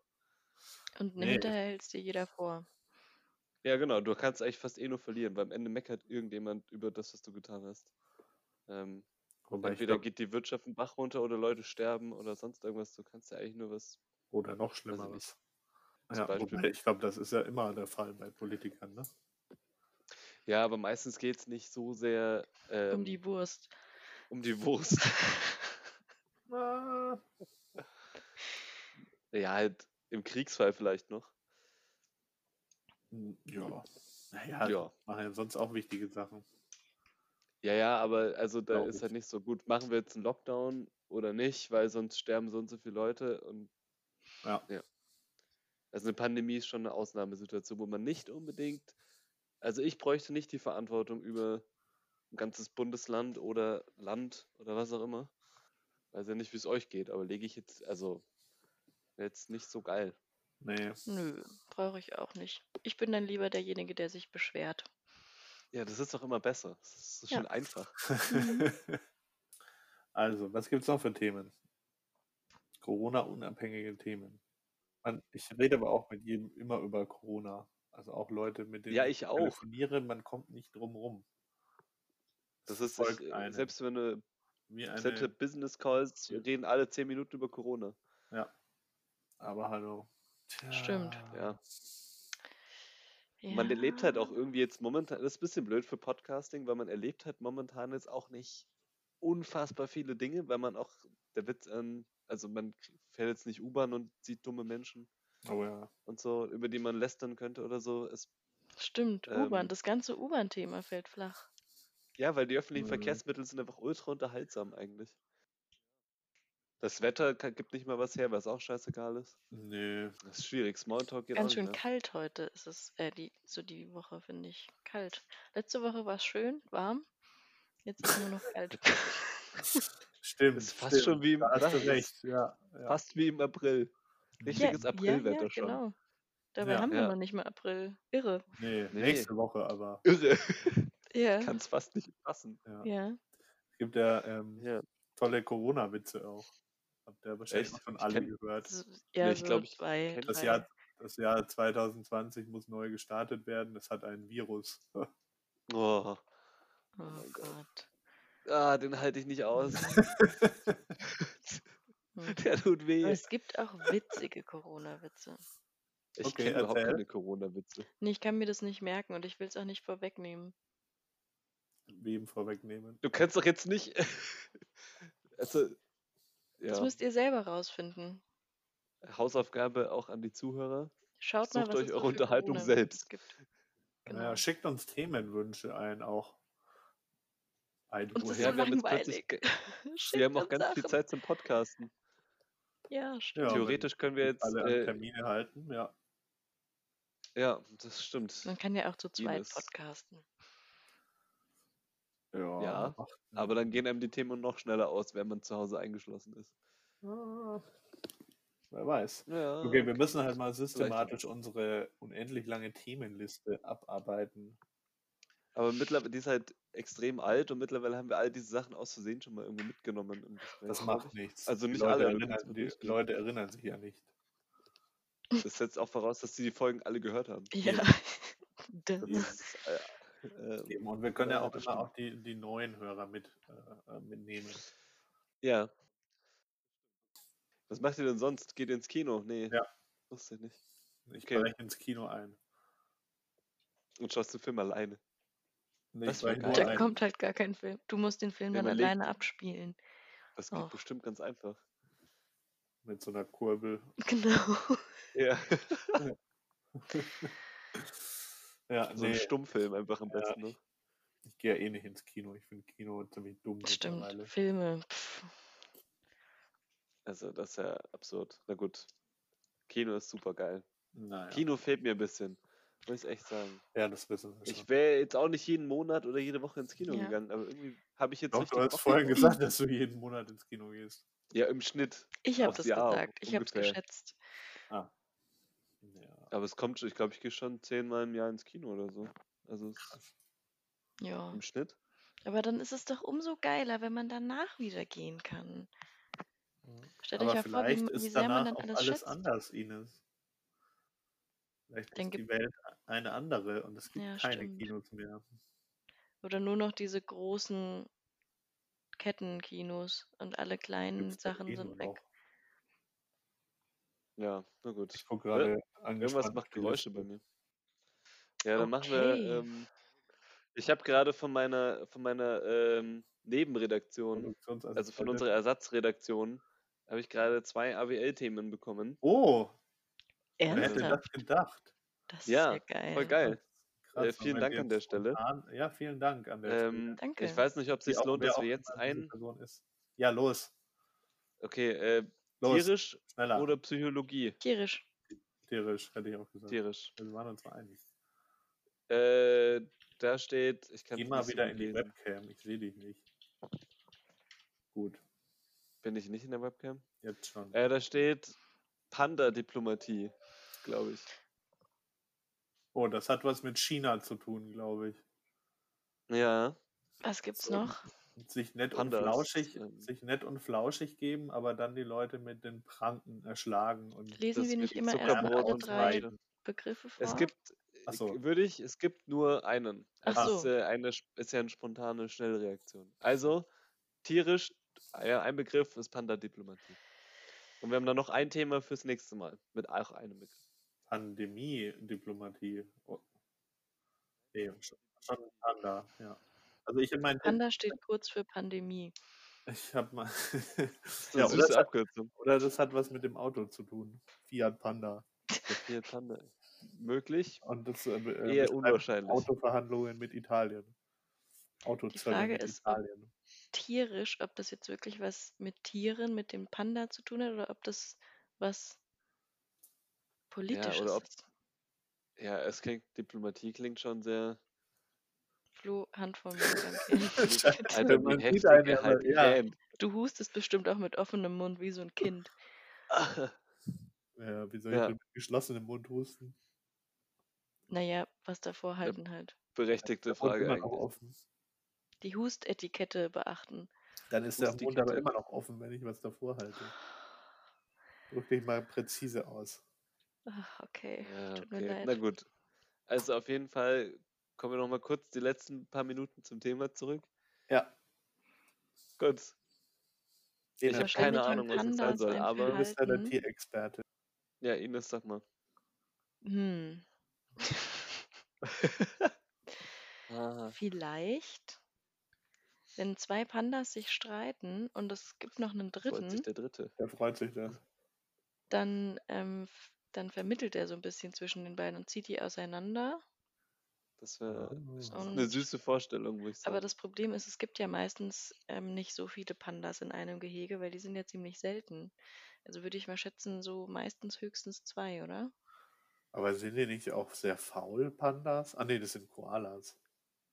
Und Nee. hinterher hältst dir jeder vor. Ja, genau, du kannst eigentlich fast eh nur verlieren, weil am Ende meckert irgendjemand über das, was du getan hast. Ähm, Wobei ich entweder glaub, geht die Wirtschaft den Bach runter oder Leute sterben oder sonst irgendwas. Du kannst ja eigentlich nur was. Oder noch ich Schlimmeres. nicht. Ja, Zum Beispiel- wobei, ich glaube, das ist ja immer der Fall bei Politikern. Ne? Ja, aber meistens geht es nicht so sehr ähm, um die Wurst. um die Wurst. Ah, Ja, halt im Kriegsfall vielleicht noch. hm, Ja. Naja, ja. Ja. machen ja sonst auch wichtige Sachen. Ja, ja, aber also da Glaub ist ich. halt nicht so gut. Machen wir jetzt einen Lockdown oder nicht, weil sonst sterben so und so viele Leute und Ja. also eine Pandemie ist schon eine Ausnahmesituation, wo man nicht unbedingt, also ich bräuchte nicht die Verantwortung über ein ganzes Bundesland oder Land oder was auch immer. Weiß ja nicht, wie es euch geht, aber lege ich jetzt, also, wär jetzt nicht so geil. Nee. Nö, brauche ich auch nicht. Ich bin dann lieber derjenige, der sich beschwert. Ja, das ist doch immer besser. Das ist so Ja. schön einfach. Mhm. also, was gibt's noch für Themen? Corona-unabhängige Themen. Man, ich rede aber auch mit jedem immer über Corona. Also auch Leute, mit denen Ja, ich auch. telefoniere, man kommt nicht drum rum. Das ist, folgt ich, äh, einem. selbst wenn du, Wie selbst eine, mit Business Calls, wir reden alle 10 Minuten über Corona. aber hallo. Stimmt. Ja. Ja. Man erlebt halt auch irgendwie jetzt momentan, das ist ein bisschen blöd für Podcasting, weil man erlebt halt momentan jetzt auch nicht unfassbar viele Dinge, weil man auch, der Witz an, also man k- fährt jetzt nicht U-Bahn und sieht dumme Menschen Oh ja. und so, über die man lästern könnte oder so. Es, Stimmt, ähm, U-Bahn. Das ganze U-Bahn-Thema fällt flach. ja, weil die öffentlichen Mhm. Verkehrsmittel sind einfach ultra unterhaltsam eigentlich. Das Wetter ka- gibt nicht mal was her, was auch scheißegal ist. Nö. Das ist schwierig, Smalltalk geht Ganz auch nicht schön mehr. kalt heute ist es, äh, die, so die Woche finde ich kalt. Letzte Woche war es schön, warm. Jetzt ist nur noch kalt. Stimmt. Das ist fast schon wie im, Da hast das du ist recht. Ja, ja. fast wie im April. Richtiges Aprilwetter ja, ja, schon. Genau. Dabei Ja. haben wir Ja. noch nicht mal April. Irre. Nee, Nee. nächste Woche aber. Irre. Ja. Kann es fast nicht passen. Ja. Ja. Es gibt ja ähm, Ja. tolle Corona-Witze auch. Habt ihr wahrscheinlich Echt? schon Ich alle kenn- gehört. So, ja, ich glaub, so ich zwei, kenn Das drei. Jahr, das Jahr 2020 muss neu gestartet werden. Es hat einen Virus. Oh Oh. mein Gott. Gott. Ah, den halte ich nicht aus. Hm. Der tut Aber weh. es gibt auch witzige Corona-Witze. Ich Okay, kenne überhaupt erzähl. keine Corona-Witze. Nee, ich kann mir das nicht merken und ich will es auch nicht vorwegnehmen. Wem vorwegnehmen? Du kannst doch jetzt nicht. also, Das ja. müsst ihr selber rausfinden. Hausaufgabe auch an die Zuhörer. Schaut mal, Sucht was euch es so eure für Unterhaltung Corona-Witze selbst. gibt. Genau. Genau. Naja, schickt uns Themenwünsche ein auch. Ein Uns ist Woher? so Wir haben jetzt plötzlich langweilig. wir Schickt haben auch uns ganz viel Sachen. Zeit zum Podcasten. Ja, stimmt. Ja, wenn Theoretisch können wir jetzt. alle an Äh, Termine halten, ja. ja, das stimmt. Man kann ja auch zu zweit Ines. podcasten. Ja. Ja, macht- Aber dann gehen einem die Themen noch schneller aus, wenn man zu Hause eingeschlossen ist. Ah, Wer weiß. Ja. Okay, wir müssen halt mal systematisch unsere unendlich lange Themenliste abarbeiten. Aber mittlerweile, die ist halt extrem alt und mittlerweile haben wir all diese Sachen aus Versehen schon mal irgendwo mitgenommen im Gespräch. Das glaub macht ich. nichts. Also Die nicht Leute alle, aber Erinnern, das wird die durchgehen. Leute erinnern sich ja nicht. Das setzt auch voraus, dass sie die Folgen alle gehört haben. Ja. Das Dumm. ist, äh, äh, Eben. Und wir können ja Ja, auch das immer stimmt. auch die, die neuen Hörer mit, äh, äh, mitnehmen. ja. Was macht ihr denn sonst? Geht ihr ins Kino? Nee. Ja. Wusste ich nicht. Ich Okay. breche ins Kino ein. Und schaust den Film alleine. Nee, Das ich wär breche geil. nur Da Da ein. kommt halt gar kein Film. Du musst den Film Ja, dann überleg. alleine abspielen. Das geht Och. bestimmt ganz einfach. Mit so einer Kurbel. Genau. Ja. Ja, So nee, ein Stummfilm einfach am Ja, besten. Ne? ich gehe ja eh nicht ins Kino. Ich finde Kino ziemlich dumm Stimmt. mittlerweile. Filme. Pff. Also, das ist ja absurd. Na gut. Kino ist super geil. Naja. Kino fehlt mir ein bisschen. Muss ich echt sagen. Ja, das wissen wir schon. Ich wäre jetzt auch nicht jeden Monat oder jede Woche ins Kino Ja. gegangen, aber irgendwie habe ich jetzt Doch, richtig du hast Bock vorhin drauf. gesagt, dass du jeden Monat ins Kino gehst. Ja, im Schnitt. Ich habe Aufs das Jahr gesagt. Ich habe es ungefähr. geschätzt. Ah. Ja, Aber es kommt schon, ich glaube, ich gehe schon zehnmal im Jahr ins Kino oder so. Also es- Ja. im Schnitt. Aber dann ist es doch umso geiler, wenn man danach wieder gehen kann. Stellt euch Mhm. Aber ja vor, wie, vielleicht m- ist wie sehr man danach dann auch alles, alles schätzt. anders, Ines. Vielleicht Dann ist die Welt eine andere und es gibt Ja, keine stimmt. Kinos mehr. Oder nur noch diese großen Kettenkinos und alle kleinen Gibt's doch Sachen eh sind nur weg. noch. Ja, na gut. Ich gucke gerade Irgendwas angespannt macht auf die Geräusche bei Liste. mir. Ja, dann machen wir. Okay. Ähm, ich habe gerade von meiner, von meiner ähm, Nebenredaktion, Produktionsassistent. also von unserer Ersatzredaktion, habe ich gerade zwei AWL-Themen bekommen. Oh, wer hätte Ernsthaft? das gedacht? Das Ja, ist ja geil. Voll geil. Krass, Äh, vielen wenn Dank wir an der jetzt Stelle. spontan- Ja, vielen Dank an der Stelle. Ähm, Danke. ich weiß nicht, ob es Wie sich auch- lohnt, wer dass auch wir jetzt immer diese ein. Person ist. Ja, los, Okay, äh, los, tierisch schneller. oder Psychologie? Tierisch. tierisch, hätte ich auch gesagt. Tierisch. Wir waren uns einig. Äh, da steht, ich kann Geh es mal nicht so wieder gut in die lesen. Webcam, ich sehe dich nicht. Gut. Bin ich nicht in der Webcam? Jetzt schon. Äh, da steht Panda-Diplomatie, glaube ich. Oh, das hat was mit China zu tun, glaube ich. Ja. Was gibt's So. noch? Sich nett Pandas, und flauschig, ähm. sich nett und flauschig geben, aber dann die Leute mit den Pranken erschlagen und Lesen das wir nicht mit immer erst Zuckerbrot alle und so drei weiter. Begriffe vor? Es gibt, äh, Ach so. würde ich, es gibt nur einen. Ach es ist, so. äh, eine, sp- ist ja eine spontane Schnellreaktion. Also, tierisch, ja, ein Begriff ist Panda-Diplomatie. Und wir haben dann noch ein Thema fürs nächste Mal mit auch einem Begriff. Pandemie-Diplomatie. Oh. Nee, schon, schon Panda, ja. Also ich habe meinen Tipp, Panda steht kurz für Pandemie. ich habe mal. Das also ist ja, eine oder, süße das hat, Abkürzung. oder das hat was mit dem Auto zu tun. Fiat Panda. Der Fiat Panda. Möglich, Und das äh, be- äh, eher beschreibt unwahrscheinlich. Autoverhandlungen mit Italien. Autozölle Frage mit ist, ob- Italien. Tierisch, ob das jetzt wirklich was mit Tieren, mit dem Panda zu tun hat oder ob das was politisches ob- ist. Ja, es klingt, Diplomatie klingt schon sehr. Flo, Hand vor mir, danke. Alter, man sieht wie heftig einen er aber, halt ja. gähnt. Du hustest bestimmt auch mit offenem Mund wie so ein Kind. Ja, wie soll ich Ja. denn mit geschlossenem Mund husten? Naja, was davor halten halt. Berechtigte Der Mund Frage immer noch eigentlich. offen. Die Hustetikette beachten. Dann ist der Hust die Mund aber Kette. immer noch offen, wenn ich was davor halte. Drück dich mal präzise aus. Ach, okay. Ja, Tut mir okay. leid. Na gut. Also auf jeden Fall kommen wir noch mal kurz die letzten paar Minuten zum Thema zurück. Ja. Gut. Ich habe Wahrscheinlich keine haben Ahnung, was das sein Pandas soll, ein Du aber Verhalten. bist ja der Halten. Tierexperte. ja, Ines, sag mal. Hm. Ah, Vielleicht, wenn zwei Pandas sich streiten und es gibt noch einen freut sich dritten, der Dritte. Der freut sich dann. dann, ähm, f- dann vermittelt er so ein bisschen zwischen den beiden und zieht die auseinander. Das wäre eine Und- süße Vorstellung, muss ich sagen. Aber das Problem ist, es gibt ja meistens ähm, nicht so viele Pandas in einem Gehege, weil die sind ja ziemlich selten. Also würde ich mal schätzen, so meistens höchstens zwei, oder? Aber sind die nicht auch sehr faul, Pandas? Ah, nee, das sind Koalas.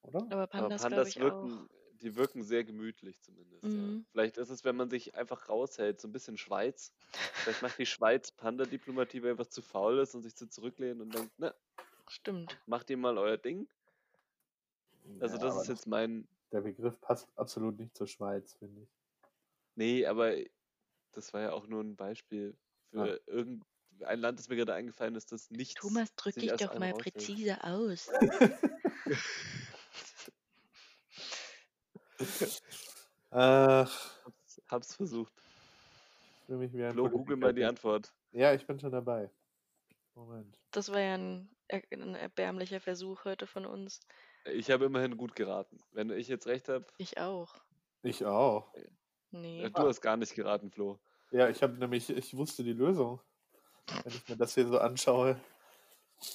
Oder? Aber Aber Pandas, glaube Äh, Pandas ich, wirken, auch. die wirken sehr gemütlich zumindest. Ja. Mhm. Vielleicht ist es, wenn man sich einfach raushält, so ein bisschen Schweiz. Vielleicht macht die Schweiz Panda-Diplomatie, weil einfach zu faul ist und sich zu zurücklehnen und denkt, na, Stimmt. macht ihr mal euer Ding. Also Ja, das aber ist jetzt mein, Der Begriff passt absolut nicht zur Schweiz, finde ich. nee, aber das war ja auch nur ein Beispiel Ah. für irgendein Land, das mir gerade eingefallen ist, das nicht. Thomas, drück sich dich als doch einem mal raushält. präzise aus. Ach, Hab's, hab's versucht. ich fühle mich wie ein Flo, Politiker. google mal die Antwort. Ja, ich bin schon dabei. Moment. Das war ja ein, er- ein erbärmlicher Versuch heute von uns. Ich habe immerhin gut geraten. Wenn ich jetzt recht habe, Ich auch. Ich auch. Nee. äh, du hast gar nicht geraten, Flo. Ja, ich habe nämlich, ich wusste die Lösung. Wenn ich mir das hier so anschaue.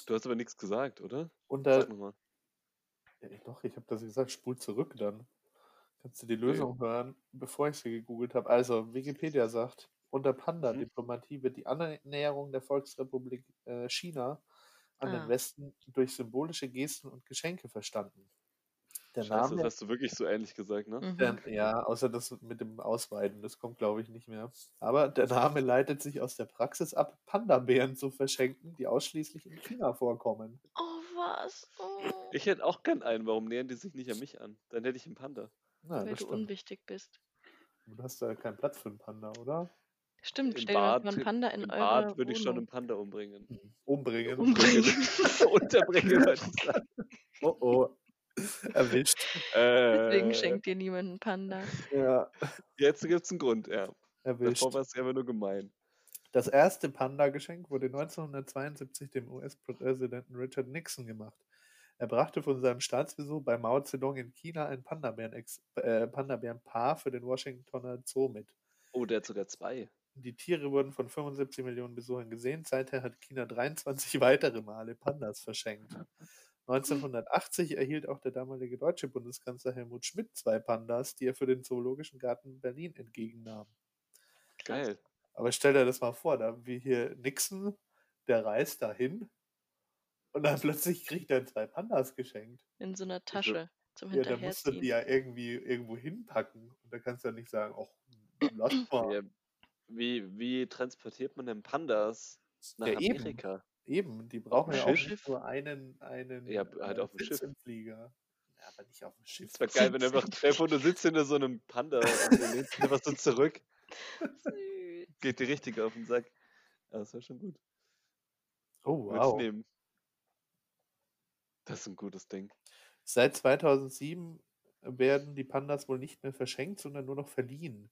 Du hast aber nichts gesagt, oder? Unter, Sag nochmal. Ja, ich- Doch, ich habe das gesagt, spul zurück dann. Kannst du die Lösung hören, bevor ich sie gegoogelt habe. Also, Wikipedia sagt, unter Panda-Diplomatie wird die Annäherung der Volksrepublik äh, China an Ah. den Westen durch symbolische Gesten und Geschenke verstanden. Der Scheiße, das Name, hast du wirklich so ähnlich gesagt, ne? Mhm. der, Ähm, ja, außer das mit dem Ausweiden, das kommt, glaube ich, nicht mehr. Aber der Name leitet sich aus der Praxis ab, Panda-Bären zu verschenken, die ausschließlich in China vorkommen. Oh, was? Oh. Ich hätte auch gern einen. Warum nähern die sich nicht an mich an? Dann hätte ich einen Panda. Na, weil das du stimmt. unwichtig bist. Du hast da keinen Platz für einen Panda, oder? Stimmt, Im stell dir mal vor, Bad- ein Panda in Im eurer Bad würde ich schon einen Wohnung. Panda umbringen. Umbringen. Mhm. umbringen. Unterbringen, wollte ich sagen. Oh oh. Erwischt. Deswegen Äh, schenkt dir niemand einen Panda. Ja. jetzt gibt es einen Grund, ja. Erwischt. Davor war es einfach nur gemein. Das erste Panda-Geschenk wurde 1972 dem US-Präsidenten Richard Nixon gemacht. Er brachte von seinem Staatsbesuch bei Mao Zedong in China ein Pandabären-Ex- äh, Pandabären-Paar für den Washingtoner Zoo mit. Oh, der hat sogar zwei. Die Tiere wurden von 75 Millionen Besuchern gesehen. Seither hat China 23 weitere Male Pandas verschenkt. 1980 erhielt auch der damalige deutsche Bundeskanzler Helmut Schmidt zwei Pandas, die er für den Zoologischen Garten Berlin entgegennahm. Krass. Geil. Aber stell dir das mal vor, da haben wir hier Nixon, der reist dahin und dann plötzlich kriegt er zwei Pandas geschenkt. In so einer Tasche zum Ja, dann musst du die Hinterherziehen. ja irgendwie irgendwo hinpacken. Und da kannst du ja nicht sagen, ach, Lotbar. Ja, Wie, wie transportiert man denn Pandas nach Ja, eben. Amerika? Eben, die brauchen dem ja auch Schiff? nicht nur einen, einen Ja, b- halt äh, auf dem Sitz Schiff. im Flieger. Ja, aber nicht auf dem Schiff. Es wäre geil, wenn du einfach, stell dir vor, du sitzt hinter so einem Panda und du lehnst ihn einfach so zurück. Süß. Geht dir richtig auf den Sack. Ja, das wäre schon gut. Oh, Würde ich wow. nehmen. Das ist ein gutes Ding. Seit 2007 werden die Pandas wohl nicht mehr verschenkt, sondern nur noch verliehen. Mhm.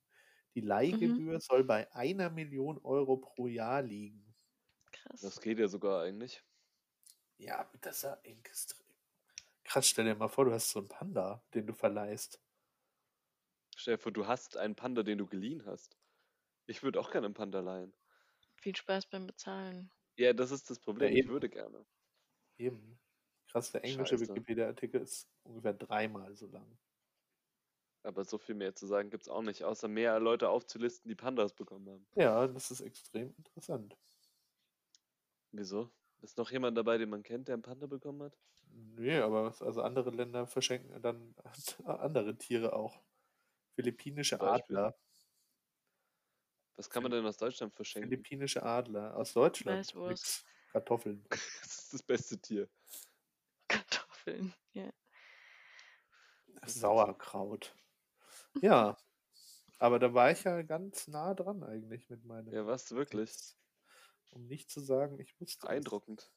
Die Leihgebühr soll bei einer Million Euro pro Jahr liegen. Krass. Das geht ja sogar eigentlich. Ja, aber das ist ja extrem. Krass, stell dir mal vor, du hast so einen Panda, den du verleihst. Stell dir vor, du hast einen Panda, den du geliehen hast. Ich würde auch gerne einen Panda leihen. Viel Spaß beim Bezahlen. Ja, das ist das Problem. ich eben. würde gerne. Eben. Krass, der englische Scheiße. Wikipedia-Artikel ist ungefähr dreimal so lang. Aber so viel mehr zu sagen gibt es auch nicht, außer mehr Leute aufzulisten, die Pandas bekommen haben. Ja, das ist extrem interessant. Wieso? Ist noch jemand dabei, den man kennt, der einen Panda bekommen hat? Nee, aber was- also andere Länder verschenken dann andere Tiere auch. Philippinische Zum Beispiel. Adler. Was kann man denn aus Deutschland verschenken? Philippinische Adler aus Deutschland. Weißwurst. Nix. Kartoffeln. Das ist das beste Tier. Kartoffeln. Ja. Sauerkraut. Ja. Aber da war ich ja ganz nah dran eigentlich mit meinem. Ja, was wirklich? Tipps. Um nicht zu sagen, ich wusste. es. Beeindruckend.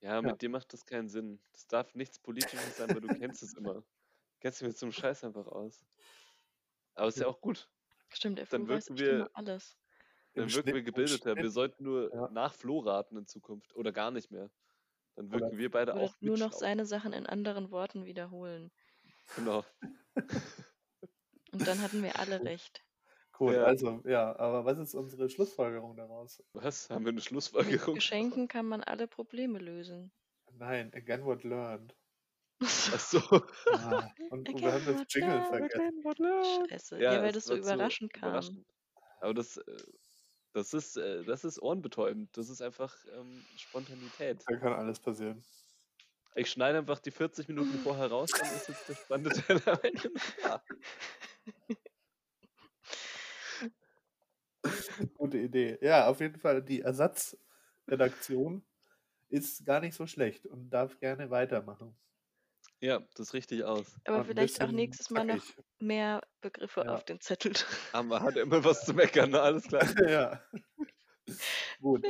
Ja, mit dir macht das keinen Sinn. Das darf nichts Politisches sein, weil du kennst es immer. Kennst dich mit so einem Scheiß einfach aus. Aber ist ja Ja. auch gut. Stimmt, der Dann Flo weiß wirken bestimmt wir- noch alles. Im Dann Schnitt- wirken wir im gebildeter. Wir Schnitt- sollten nur ja. nach Flo raten in Zukunft. Oder gar nicht mehr. Dann Oder- wirken wir beide Oder auch nur noch mitschlau. seine Sachen in anderen Worten wiederholen. Genau. Und dann hatten wir alle recht. Cool, Ja. also ja, aber was ist unsere Schlussfolgerung daraus? Was? Haben wir eine Mit Schlussfolgerung? Geschenken kann man alle Probleme lösen. Nein, again what learned. Achso. Ah, und wir haben das Jingle vergessen. Scheiße. Ja, weil das so überraschend kam. Aber das, äh, das, ist, äh, das ist ohrenbetäubend. Das ist einfach ähm, Spontanität. Da kann alles passieren. Ich schneide einfach die 40 Minuten vorher raus, dann ist jetzt der spannende Teil am Ende noch da. Gute Idee. Ja, auf jeden Fall, die Ersatzredaktion ist gar nicht so schlecht und darf gerne weitermachen. Ja, das ist richtig aus. Aber Und ein vielleicht auch bisschen nächstes Mal noch zackig. mehr Begriffe Ja. auf den Zettel. Aber man hat immer was zu meckern, ne? alles klar. ja. Gut.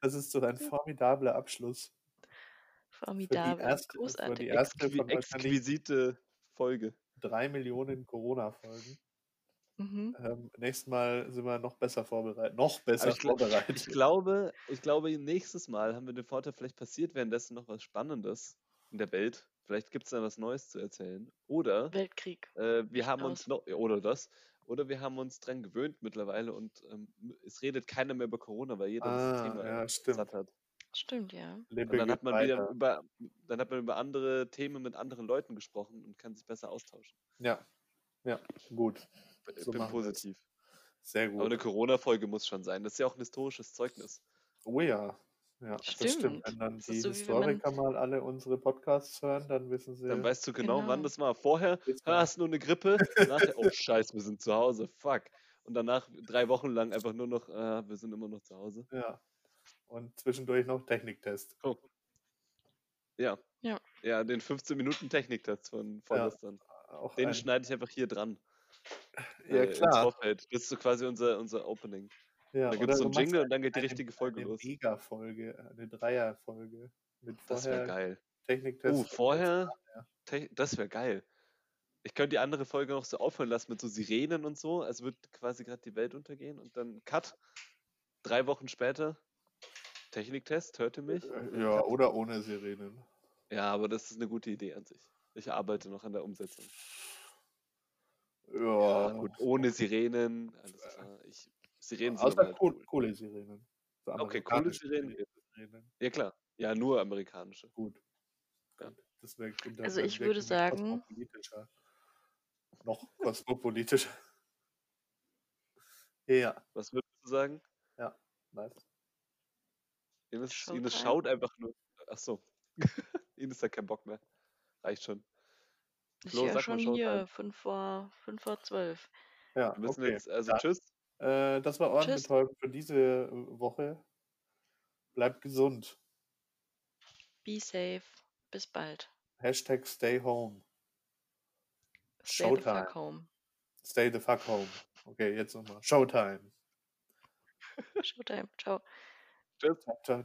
Das ist so ein formidabler Abschluss. Für die Formidabel. erste, für die Großartig. erste Exqui von wahrscheinlich exquisite Folge. drei Millionen Corona-Folgen. Mhm. Ähm, nächstes Mal sind wir noch besser vorbereitet. Noch besser Aber ich glaub- vorbereitet. Ich glaube, ich glaube, nächstes Mal haben wir den Vorteil, vielleicht passiert währenddessen noch was Spannendes in der Welt. Vielleicht gibt es dann was Neues zu erzählen. Oder Weltkrieg. äh, wir haben Aus. uns noch, oder das, oder wir haben uns dran gewöhnt mittlerweile und ähm, es redet keiner mehr über Corona, weil jeder das ah, Thema ja, stimmt. satt hat. Stimmt, ja. Lippe Und dann hat geht man wieder weiter. über, dann hat man über andere Themen mit anderen Leuten gesprochen und kann sich besser austauschen. Ja, ja, gut. Ich So bin machen wir's. positiv. Sehr Aber eine gut. Corona-Folge muss schon sein. Das ist ja auch ein historisches Zeugnis. Oh ja. Ja, das stimmt. Stimmt. Wenn dann Das die ist so, wie wenn man- Historiker mal alle unsere Podcasts hören, dann wissen sie. Dann weißt du genau, wann Genau. das war. Vorher wissen "Ah, hast nur eine Grippe, nachher, oh scheiße, wir sind zu Hause, fuck. Und danach drei Wochen lang einfach nur noch, "Ah, wir sind immer noch zu Hause. Ja. Und zwischendurch noch Techniktest. Ja. Ja. Ja, den 15-Minuten-Techniktest von Ja. vorgestern. Auch Den ein- schneide ich einfach hier dran. äh, ja, ins klar. Vorfeld. Das ist so quasi unser, unser Opening. Ja, Da gibt oder es so du einen machst halt Jingle und dann geht die eine- richtige Folge eine los. Mega-Folge, äh, eine Dreier-Folge. Mit Das vorher wäre geil. Techniktest. Uh, und vorher. ja. Te- Das wäre geil. Ich könnte die andere Folge noch so aufhören lassen mit so Sirenen und so. Also wird quasi gerade die Welt untergehen und dann Cut. Drei Wochen später. Techniktest, hört ihr mich? jetzt- Äh, Ja, oder ohne Sirenen. Ja, aber das ist eine gute Idee an sich. Ich arbeite noch an der Umsetzung. Ja, Ah, gut, ohne Sirenen. Alles klar. Ich, Sirenen sind Außer aber halt cool, cool. coole Sirenen. So Okay, coole amerikanische Sirenen. Ja, klar. Ja, nur amerikanische. Gut. Ja. Das wär, und dann Also dann ich wirken würde wir sagen- kosmopolitischer. Noch kosmopolitischer. ja, Was würdest du sagen? nice. Ines, Showtime? Ines schaut einfach nur. Ach so. Ines hat keinen Bock mehr. Reicht schon. Ist ja Flo, sag mal schon Showtime. hier, 5 vor, 5 vor 12. Ja, Wir müssen okay. jetzt, also Dann- tschüss. Äh, das war Tschüss. Ohrenbetäubend für diese äh, Woche. Bleibt gesund. Be safe. Bis bald. Hashtag stay home. Stay the Showtime. fuck home. Stay the fuck home. Okay, jetzt nochmal. Showtime. Showtime. Ciao. Ciao, ciao.